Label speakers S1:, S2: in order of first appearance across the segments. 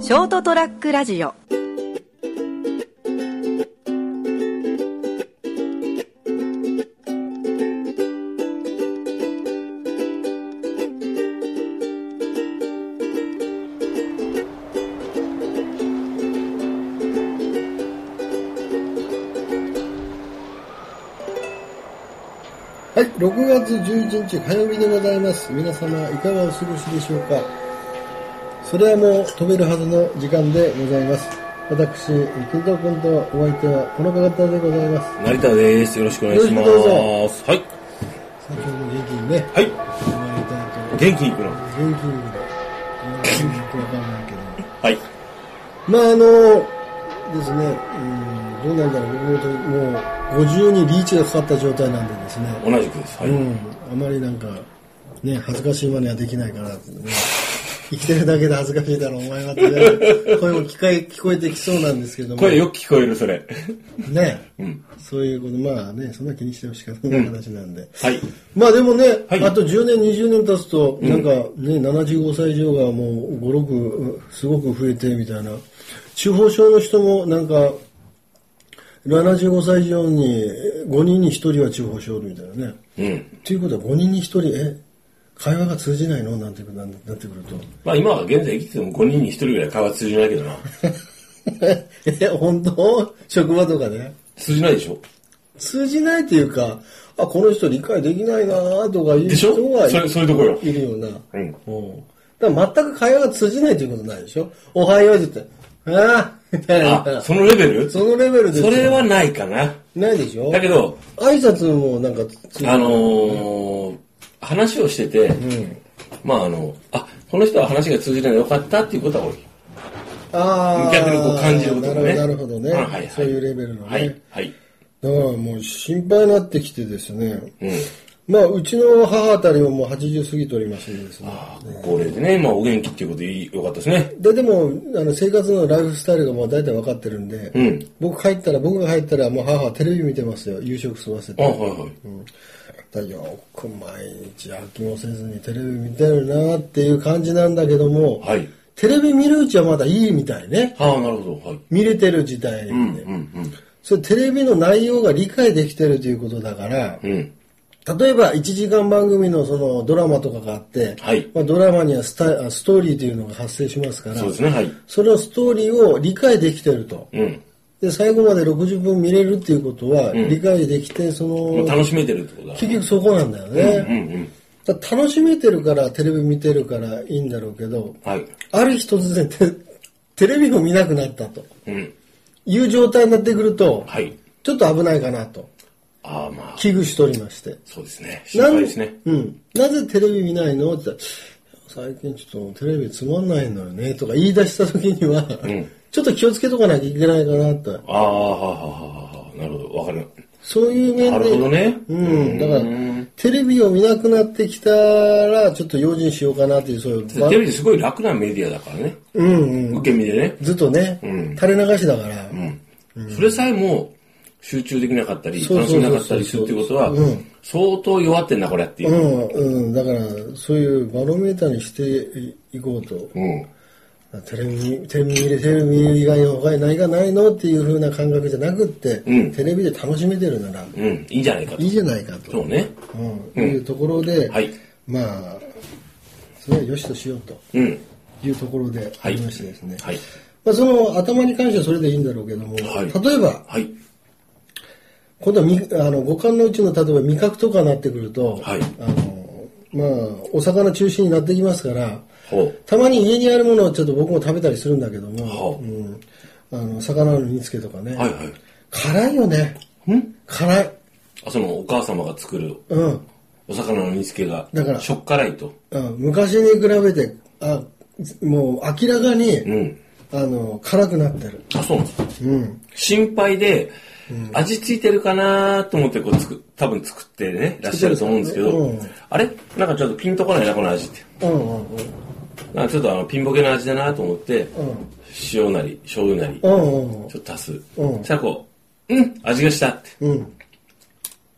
S1: ショートトラックラジオ
S2: はい、6月11日火曜日でございます。皆様いかがお過ごしでしょうか。それはもう飛べるはずの時間でございます。私、金藤君とお相手はこの方でございます。
S3: 成田です。よろしくお願いします。
S2: よろしく
S3: はい。
S2: 先ほど元気にね、
S3: はい。
S2: 生まれた後、元
S3: 元気に行くの。
S2: 気にね、元気くわかんないけど。
S3: はい。
S2: まああの、ですね、うん、どうなんだろう、僕ももう50にリーチがかかった状態なんでですね。
S3: 同じくです。はい。
S2: うん、あまりなんか、ね、恥ずかしいまねはできないから、ね、生きてるだけで恥ずかしいだろ、お前はって、ね、声も聞かえ聞こえてきそうなんですけども、
S3: 声よく聞こえる、それ。
S2: ね、
S3: うん。
S2: そういうこと、まあね、そんな気にしても仕方ない話なんで。
S3: はい。
S2: まあでもね、
S3: はい
S2: あと10年、20年経つと、なんかね、75歳以上がもう5、6、すごく増えてみたいな。地方症の人もなんか、75歳以上に5人に1人は地方症みたいなね。
S3: うん。
S2: ということは5人に1人、え、会話が通じないのなんてななってくると。
S3: まあ今は現在生きてても5人に1人ぐらい会話通じないけどな。
S2: え、本当職場とかね。
S3: 通じないでしょ
S2: 通じないというか、あ、この人理解できないなとかいう
S3: でしょ
S2: 人がい
S3: それ、そういうとこよ。
S2: いるような。
S3: うん。
S2: うん。だから全く会話が通じないということないでしょおはようって言って、ああみたい
S3: あ
S2: な、。
S3: そのレベル
S2: そ
S3: そ
S2: のレベルですよ
S3: れはないかな。
S2: ないでしょ
S3: だけど、
S2: 挨拶もなんか通じ
S3: あのー、話をしてて、まああの、あ、この人は話が通じないのよかったっていうことは多い。
S2: ああ。
S3: 逆にこう感じることがね
S2: なるほどなる
S3: あ
S2: ほど
S3: はいは
S2: ね。
S3: い
S2: そういうレベルの
S3: は
S2: ね
S3: い。。はい。
S2: だからもう心配になってきてですね、
S3: うん。
S2: まあうちの母あたりももう80過ぎておりましてですね、
S3: あーご高齢でね、まあお元気っていうことでよかったですね。
S2: ででもあの生活のライフスタイルがもう大体分かってるんで、
S3: うん。
S2: 僕帰ったら、僕が入ったらもう母はテレビ見てますよ、夕食済ませ
S3: あ、
S2: て。
S3: はいはい。
S2: だよく毎日飽きもせずにテレビ見てるなっていう感じなんだけども、
S3: はい。
S2: テレビ見るうちはまだいいみたいね。
S3: ああ、なるほど。はい。
S2: 見れてる時代で、
S3: うん、うん、
S2: それテレビの内容が理解できてるということだから、
S3: うん。うん。
S2: 例えば1時間番組のそのドラマとかがあって、
S3: はい
S2: まあ、ドラマにはスタあストーリーというのが発生しますから
S3: そうですね、はい。
S2: そのストーリーを理解できてると
S3: うん。
S2: で最後まで60分見れるっていうことは
S3: ん
S2: 理解できて、そ
S3: もう
S2: の
S3: 楽しめてるってことだ。
S2: 結局そこなんだよね、
S3: うん、うん。
S2: だから楽しめてるからテレビ見てるからいいんだろうけど
S3: はい。
S2: ある日突然テテレビを見なくなったと
S3: うん。
S2: いう状態になってくると、
S3: はい。
S2: ちょっと危ないかなと
S3: ああ、まあ、
S2: 危惧しておりまして
S3: そうですね。心
S2: なん
S3: 配ですね。
S2: うん。なぜテレビ見ないのって言ったら最近ちょっとテレビつまんないのよねとか言い出した時には、
S3: ん
S2: ちょっと気をつけとかなきゃいけないかなって。
S3: ああ、はあはあはあなるほど。わかる。
S2: そういう面で。
S3: なるほどね。
S2: うん。だから
S3: うん、
S2: テレビを見なくなってきたら、ちょっと用心しようかなっていう、そういう。
S3: テレビってすごい楽なメディアだからね。
S2: うんうん。
S3: 受け身でね。
S2: ずっとね、
S3: うん
S2: 垂れ流しだから。
S3: うん。それさえも、集中できなかったり、
S2: そう
S3: 楽
S2: そ
S3: し
S2: う
S3: め
S2: そうそう
S3: なかったりするっていうことは
S2: うん、
S3: 相当弱ってんな、これっていうう。
S2: ん、うん。だから、そういうバロメーターにしていこうと。
S3: うん。
S2: テレビ、テレビ見る、テレビ見る以外の他に何がないのっていう風な感覚じゃなくって、
S3: うん
S2: テレビで楽しめてるなら、
S3: うん。いいんじゃないかと
S2: いい。じゃないか
S3: そ
S2: と、
S3: うね。
S2: うんいうところで、
S3: はい
S2: まあ、それは良しとしようと
S3: うん。
S2: いうところであ
S3: はい。
S2: りましてですね。
S3: はい。
S2: まあ、その頭に関してはそれでいいんだろうけども、
S3: はい
S2: 例えば、
S3: はい。
S2: 今度はみあの五感のうちの例えば味覚とかになってくると、
S3: はい
S2: あのまあ、お魚中心になってきますから、
S3: ほう。
S2: たまに家にあるものをちょっと僕も食べたりするんだけども、
S3: はあ
S2: うん、あの魚の煮付けとかね、
S3: はいは
S2: 辛いよね
S3: い。ん
S2: 辛い、
S3: あそのお母様が作る
S2: うん
S3: お魚の煮付けが、
S2: だから
S3: しょっからいと。
S2: うん、昔に比べてあもう明らかに、
S3: うん。
S2: あの辛くなってる、
S3: あ、そうなんですか。
S2: うん、
S3: 心配で、味ついてるかなと思って、こう、つく、多分作ってね、らっしゃると思うんですけど、
S2: うん
S3: あれなんかちょっとピンとこないな、この味って。
S2: うんうんうん
S3: なんかちょっとあの、ピンボケの味だなと思って、
S2: うん
S3: 塩なり、醤油なり、ち
S2: う
S3: ょ
S2: んうん
S3: っと足す。
S2: うん
S3: そしたらこう、うん、味がしたっ
S2: うん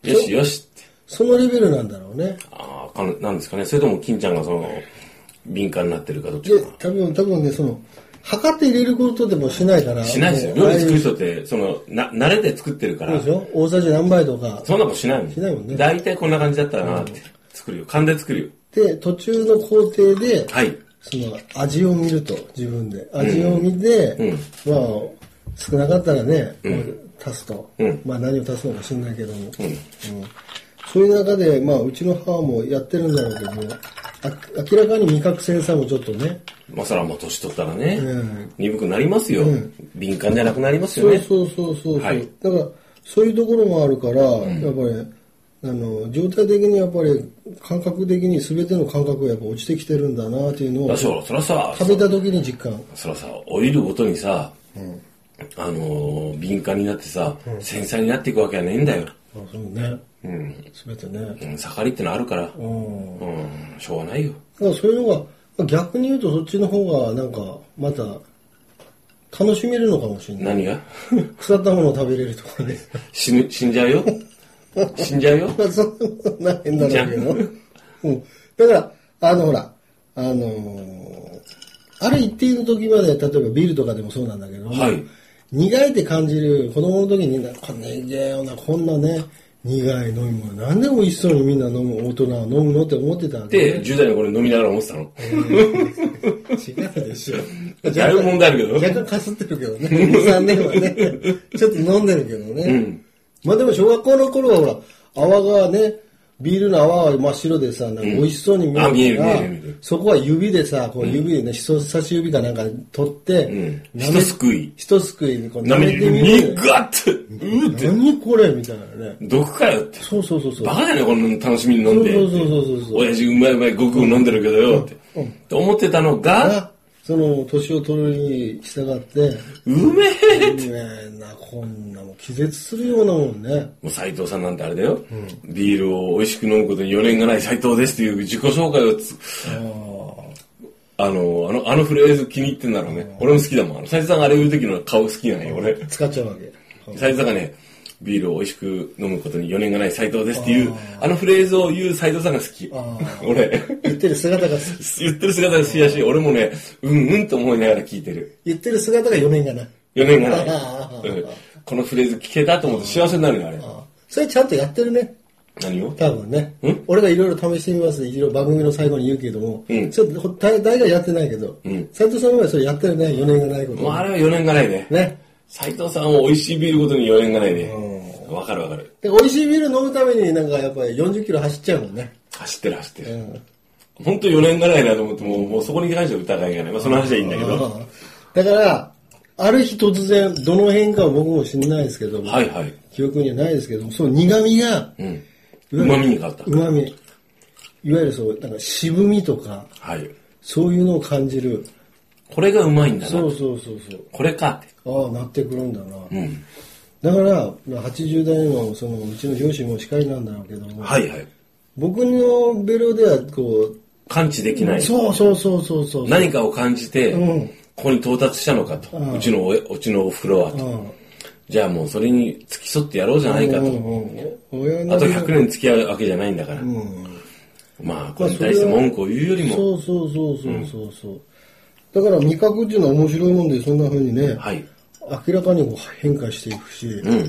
S3: て。よしよしって。
S2: そのレベルなんだろうね
S3: ああ、かんなんですかね。それとも、金ちゃんがその、敏感になってるかどっ
S2: で
S3: ちかな。
S2: 多分多分ねその測って入れることでもしないから。
S3: しないですよ。
S2: もう
S3: 料理作る
S2: あ
S3: 人って、その、な、慣れて作ってるか
S2: あいう
S3: ら
S2: でし、ょ大さじ何杯とか。
S3: そんなもんしないもん。
S2: しないもんね
S3: 大体こんな感じだったらなって。作るよ。勘で作るよ。
S2: で、途中の工程で、
S3: はい。
S2: その味を見ると、自分で。味を見て、
S3: うん
S2: まあ、少なかったらね、こう足すと。
S3: うん
S2: まあ何を足すのか知んないけども。
S3: うん。
S2: うんそういう中で、まあ、うちの母もやってるんだろうけど、あ明らかに味覚センサーもちょっとね、
S3: まあ、そらもう年取ったらね
S2: うん、
S3: 鈍くなりますよ。敏感じゃなくなりますよ
S2: そう
S3: ね。
S2: そうそうそうそう、
S3: はい
S2: だからそういうところもあるから、やっぱりあの状態的にやっぱり感覚的に全ての感覚がやっぱ落ちてきてるんだなっていうの
S3: だ
S2: を
S3: し
S2: 食
S3: ょ、そらさ、
S2: べた時に実感
S3: そらさ、降りるごとにさ、あのー、敏感になってさ、繊細になっていくわけはねえんだよ。
S2: あそうね
S3: うん。
S2: 全てね
S3: うん盛りってのあるから、
S2: うんだ
S3: うん、しょうがないよ。
S2: からそういうのがまあ逆に言うとそっちの方がなんかまた楽しめるのかもしれない
S3: 何が
S2: 腐ったものを食べれると かね
S3: 死ぬ、死んじゃう よ。死んじゃうよ。
S2: まあそんなことないんだろうけど、うん、だからあのほらあのーある一定の時まで例えばビールとかでもそうなんだけど、
S3: はい
S2: 苦いって感じる子供の時になんかねえよなこんなね苦い飲み物なんで美味しそうにみんな飲む大人は飲むのって思ってたわけ
S3: で、10代の頃飲みながら思ってたの。
S2: 違うでしょ
S3: だいぶ問題あるけど。
S2: 若干かすってるけどね23年はねちょっと飲んでるけどね、
S3: うん。
S2: まあでも小学校の頃はほら、泡がね、ビールの泡が真っ白でさ、なんか美味しそうに見
S3: あ見え
S2: える
S3: る
S2: か
S3: 見
S2: ら
S3: える見える、
S2: そこは指でさ、こう指でね、人差し指かなんか取って、
S3: うん。
S2: な
S3: 人
S2: め
S3: すくい。
S2: 一すくいにこう
S3: 舐
S2: 舐
S3: め
S2: め
S3: て
S2: てみ
S3: み
S2: る。
S3: ガッて、うーって、
S2: 何これみたいなね。
S3: 毒かよって。
S2: そうそうそうそう。
S3: バカだね、こんなの楽しみに飲んで。
S2: そうそうそうそうそう
S3: 親父うまいうまいごくごく飲んでるけどよって。って思ってたのが、
S2: あその、年を取るに従って、
S3: うめえ
S2: うめえな、こんなもん気絶するようなもんね。
S3: もう斎藤さんなんてあれだよ、ビールを美味しく飲むことに余念がない斎藤ですっていう自己紹介をつあの、あの、あのフレーズ気に入ってんだろうね。俺も好きだもん。あの斎藤さんがあれ言う時の顔好きなのよ、俺。
S2: 使っちゃうわけ。
S3: 斉藤さんがね、ビールを美味しく飲むことに余念がない斉藤ですっていう、あのフレーズを言う斉藤さんが好き
S2: あ。
S3: 俺、
S2: 言ってる姿が好き、
S3: 言ってる姿が好きだし、俺もね、うんうんと思いながら聞いてる。
S2: 言ってる姿が4年がない。
S3: 余念が
S2: あ
S3: な
S2: ー
S3: い。うんこのフレーズ聞けたと思って幸せになるよ、あれ。
S2: それちゃんとやってるね。
S3: 何を
S2: 多分ね
S3: ん。
S2: 俺がいろいろ試してみますいろいろ番組の最後に言うけども、
S3: うん
S2: ちょっと大大概やってないけど、
S3: ん
S2: 斉藤さんはそれやってるね、4年がないこと。
S3: もうあれは余念がないね。
S2: ね。
S3: 斉藤さんを美味しいビールごとに余念がないね。わかるわかる。
S2: で、美味しいビール飲むためになんかやっぱり40キロ走っちゃうもんね。
S3: 走ってる走って
S2: う
S3: る。
S2: ん
S3: 本当余念がないなと思って、もうもうそこに関しては疑いがない。まあその話はいいんだけど。
S2: だから、ある日突然、どの辺かは僕も知んないですけども、
S3: はいはい。
S2: 記憶にはないですけども、その苦味が、
S3: うん。うまみに変わった。
S2: 旨味、いわゆるそう、なんか渋みとか、
S3: はい。
S2: そういうのを感じる。
S3: これがうまいんだな。
S2: そうそうそうそう。
S3: これかって。
S2: ああ、なってくるんだな。
S3: うん。
S2: だから、まあ80代のそのうちの上司も司会なんだろうけども、
S3: はいはい。
S2: 僕のベロではこ
S3: 感知できな
S2: う、
S3: い。
S2: そうそうそうそうそう。
S3: 何かを感じて、
S2: うん
S3: ここに到達したのかと。うちのお、うちのお風呂は
S2: う
S3: と。
S2: ん
S3: じゃあもうそれに付き添ってやろうじゃないかと。
S2: うんうん親の
S3: あと100年付き合うわけじゃないんだから。まあ、これに対して文句を言うよりも、
S2: そうそうそうそうそうそう。だから味覚っていうのは面白いもんで、そんな風にね、
S3: はい。
S2: 明らかにこう変化していくし、
S3: うん。
S2: うん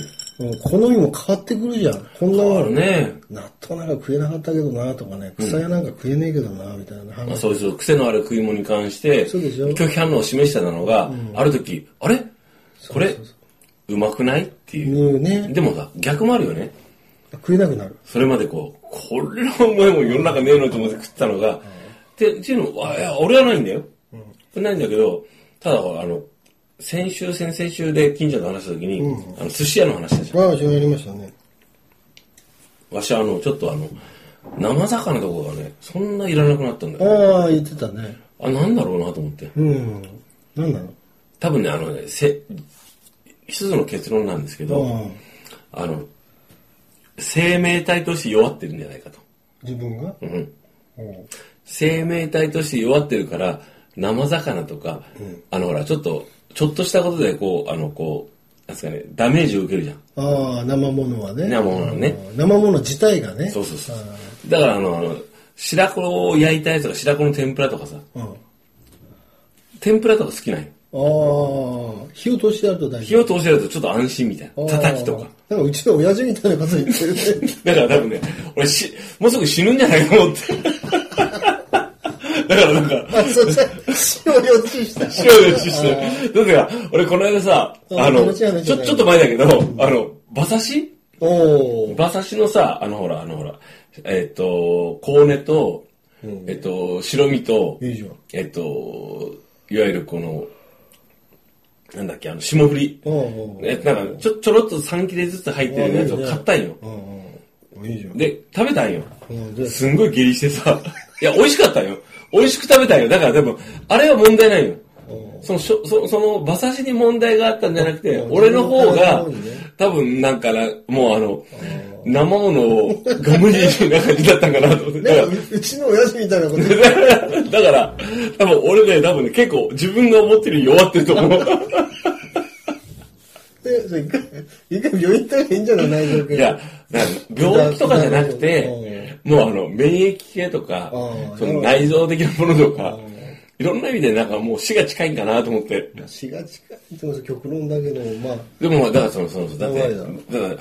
S2: 好みも変わってくるじゃん。こんなも
S3: ある
S2: ん
S3: ね。
S2: 納豆なんか食えなかったけどなとかね、草屋なんか食えねえけどなみたいな
S3: まあ、
S2: 話。
S3: そういう癖のある食い物に関して、
S2: そうでしょ
S3: 拒否反応を示したのが、ある時、あれこれ、うまくないっていう。
S2: いうね、
S3: でもさ、逆もあるよね。
S2: 食えなくなる。
S3: それまでこう、これはお前もん世の中ねえのと思って食ってたのが、で、っていうのは、いや、俺はないんだよ。ないんだけど、ただ、あの、先週、先々週で近所の話した時に、あの、寿司屋の話したじゃ
S2: まあ、一緒にやりましたね。
S3: ん。わしはあの、ちょっとあの、生魚とかがね、そんないらなくなったんだよ。
S2: ああ、言ってたね。
S3: あ、なんだろうなと思って。
S2: うん。なんなの
S3: 多分ね、あのね、せ、一つの結論なんですけど、
S2: ああ、
S3: あの、生命体として弱ってるんじゃないかと。
S2: 自分が
S3: うん。
S2: うん
S3: 生命体として弱ってるから生魚とか、あのほらちょっとちょっとしたことでこうあのこうなんすかねダメージを受けるじゃん
S2: ああ、生物はね。
S3: 生物はね
S2: うん。生物自体がね。
S3: そうそうそう
S2: あ
S3: だからあのあの白子を焼いたやつとか白子の天ぷらとかさ
S2: あうん。
S3: 天ぷらとか好きなんよ
S2: ああ、火を通してあると大
S3: 火
S2: 丈
S3: を通してやるとちょっと安心みたい
S2: 夫。
S3: な。叩きとか。。
S2: なんかうちの親父みたいなこと言ってるね。
S3: だから多分ね、俺し、もうすぐ死ぬんじゃないかと思って。 だからなんか、
S2: あ、そっち、塩予知 した。
S3: 白いの知してる。だから、俺この間さ、
S2: うん
S3: あの、
S2: 話
S3: ち
S2: じゃない
S3: ょ、ちょっと前だけど、あの、馬刺し
S2: おー。
S3: 馬刺しのさ、あのほら、あのほら、えっ、と、コーネと、えっ、と、白身と、
S2: いいじゃん。
S3: えっ、と、いわゆるこの、なんだっけ、あの、霜降り。
S2: おー。
S3: えなんか、ちょ、ちょろっと3切れずつ入ってるやつを買ったんよ。
S2: うんうん。いいじゃん。
S3: で、食べたんよ。
S2: うんで、
S3: すんごい下痢してさ、いや、美味しかったよ。美味しく食べたよ。だから多分、あれは問題ないよ。そのしょそその馬刺しに問題があったんじゃなくて、
S2: うん
S3: 俺の方が
S2: 自分の体の方にね、
S3: 多分なんかな、もうあの、生ものをガムにしてる感じだったんかなと思って。だか
S2: なんかううちの親父みたいなこと言って
S3: ら、だから多分俺ね、多分ね、結構自分が思ってるより弱ってると思う。
S2: で、それ一回、一回病院行ったらいいんじゃない内臓系。
S3: いや、なんか病気とかじゃなくて、もうあの、免疫系とか
S2: う、ん
S3: その内臓的なものとか
S2: うん、
S3: いろんな意味でなんかもう死が近いんかなと思って。
S2: 死が近いってこと極論だけど、まあ、
S3: でもまあ、だからその、その、だって、
S2: やばい
S3: だ
S2: な
S3: から、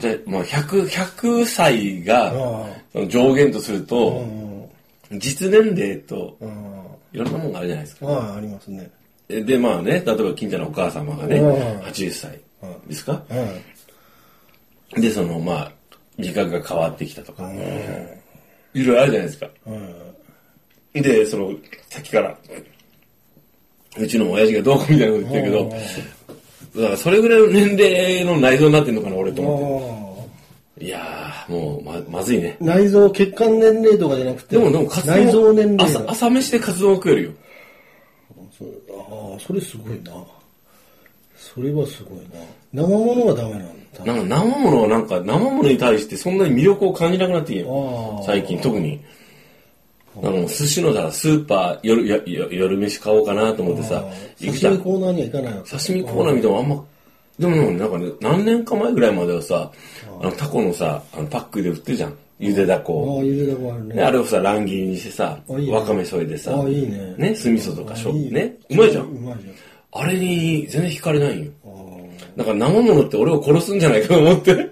S3: じゃあもう100、100歳が
S2: ああ
S3: その上限とする
S2: う
S3: と、
S2: ん、
S3: 実年齢と
S2: う、ん、
S3: いろんなものがあるじゃないですか。
S2: まあ、ありますね。
S3: えで、まあね、例えば近所のお母様がね
S2: うん、
S3: 80歳ですか
S2: うん、
S3: で、その、まあ、味覚が変わってきたとか、いろいろあるじゃないですか。
S2: うん、
S3: で、その、さっきから、うちの親父がどうこうみたいなこと言ってるけど、だからそれぐらいの年齢の内臓になってんのかな、俺と思っ
S2: あ
S3: て。いやー、もう、ま、まずいね。
S2: あ、内臓、血管年齢とかじゃなくて、
S3: でも、でも、カツ丼
S2: 内臓年齢
S3: 朝、朝飯でカツ丼を食えるよ。
S2: そうああ、それすごいな。それはすごいな。生ものがダメなんだ。
S3: なんか生物はなんか、生物に対してそんなに魅力を感じなくなっていい
S2: あ
S3: よ
S2: ー。
S3: 最近、特に。あの、寿司のさ、スーパー、夜、やや夜飯買おうかなと思ってさ、行くじゃ
S2: 刺身
S3: ん。
S2: コーナーには行かないわけ。
S3: 刺身コーナーみたいなのあんま、でもなんかね、何年か前ぐらいまではさ、あのタコのさ、あのパックで売ってるじゃん。ゆでだ
S2: あ
S3: こ
S2: あ、ゆでだこある
S3: ね、
S2: ね。
S3: あれをさ、乱切りにしてさ、
S2: あいいね
S3: わかめ添えてさ、
S2: あいいね
S3: 酢味噌とかしょ、
S2: いい
S3: ね、うまいじゃ。
S2: うんまいじゃん。
S3: あれに全然惹かれないんよ。なんか生物って俺を殺すんじゃないかと思って。 なん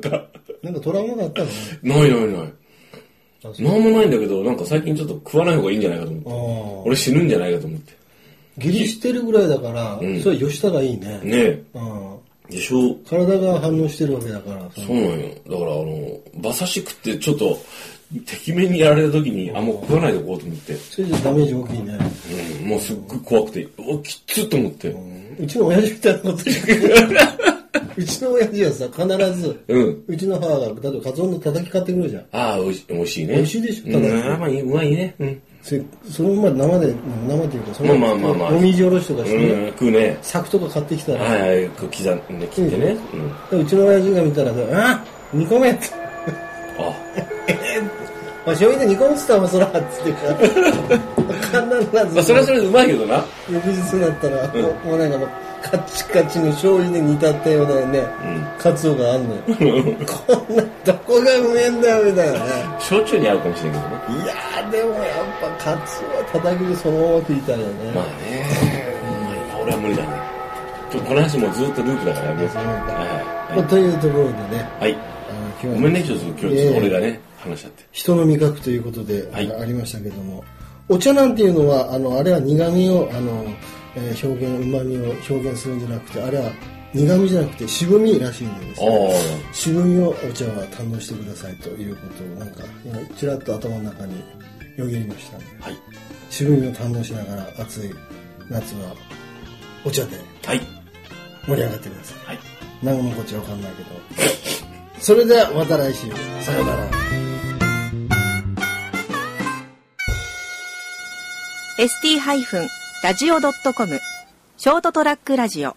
S3: か、
S2: なんかトラウマがあったのね。
S3: ないないない
S2: あ。そ
S3: なんもないんだけど、なんか最近ちょっと食わない方がいいんじゃないかと思って。
S2: ああ。
S3: 俺死ぬんじゃないかと思って。
S2: 下痢してるぐらいだから、それは吉田がいいね。
S3: ねえ。
S2: うん。
S3: でしょ
S2: 体が反応してるわけだから、その
S3: そうなんよ。だから、あの、馬刺し食って、ちょっと、てきめんにやられた時に、あ、もう食わないでおこうと思って、
S2: それじゃダメージ大きいね。
S3: うん、もうすっごい怖くて、お、きつっと思って。
S2: うちの親父みたいなこと言ううちの親父はさ、必ず、
S3: うん。
S2: うちの母が、例えばカツオのたたき買ってくるじゃん。
S3: ああ、おいし美味しいね。
S2: 美味しいでしょ
S3: うん、
S2: ただ
S3: あーまあいい、うまいね。うん。
S2: それそのまま生で、生っていうか、その
S3: まあまあまあまあ
S2: もみじおろしとかして、
S3: うん、食うね。
S2: 柵とか買ってきたら、
S3: はいはい、こう刻んで切ってね。うん。
S2: でうちの親父が見たらさ、あ二個目って。
S3: あ、
S2: まあ、醤油で二個目って言ったら、まあそら、つって言うから。必ず。
S3: まあ、それはそれでうまいけどな。
S2: 翌日になったら、もうもうなんかもうカチカチの醤油で煮立ったようなね、カツオがあんのよこんなどこがうめえんだよみたいなね
S3: 焼酎に合うかもしれんけどね。
S2: いやーでもやっぱカツオは叩きでそのまま食いたいよね、
S3: まあね、うまいな、俺は無理だね。ちょっとこの話もうずっとループだからやめよう。
S2: そうなんだ
S3: はい
S2: まあというところでね
S3: はい。はい。
S2: あの今日
S3: ご
S2: は
S3: めんね、ちょっと今日ちょっと俺がね、話しちゃって。
S2: 人の味覚ということで、
S3: はい
S2: あありましたけどもお茶なんていうのはあのあれは苦味をあの、えー表現うまみを表現するんじゃなくてあれは苦味じゃなくて渋みらしいんです
S3: あ
S2: よ
S3: あ。
S2: 渋みをお茶は堪能してくださいということをなんか今ちらっと頭の中によぎりました
S3: はい。
S2: 渋みを堪能しながら暑い夏はお茶で
S3: はい。
S2: 盛り上がってくださ
S3: はい。
S2: い何のこっちゃわかんないけどそれではまた来週さようなら
S1: ST-radio.com ショートトラックラジオ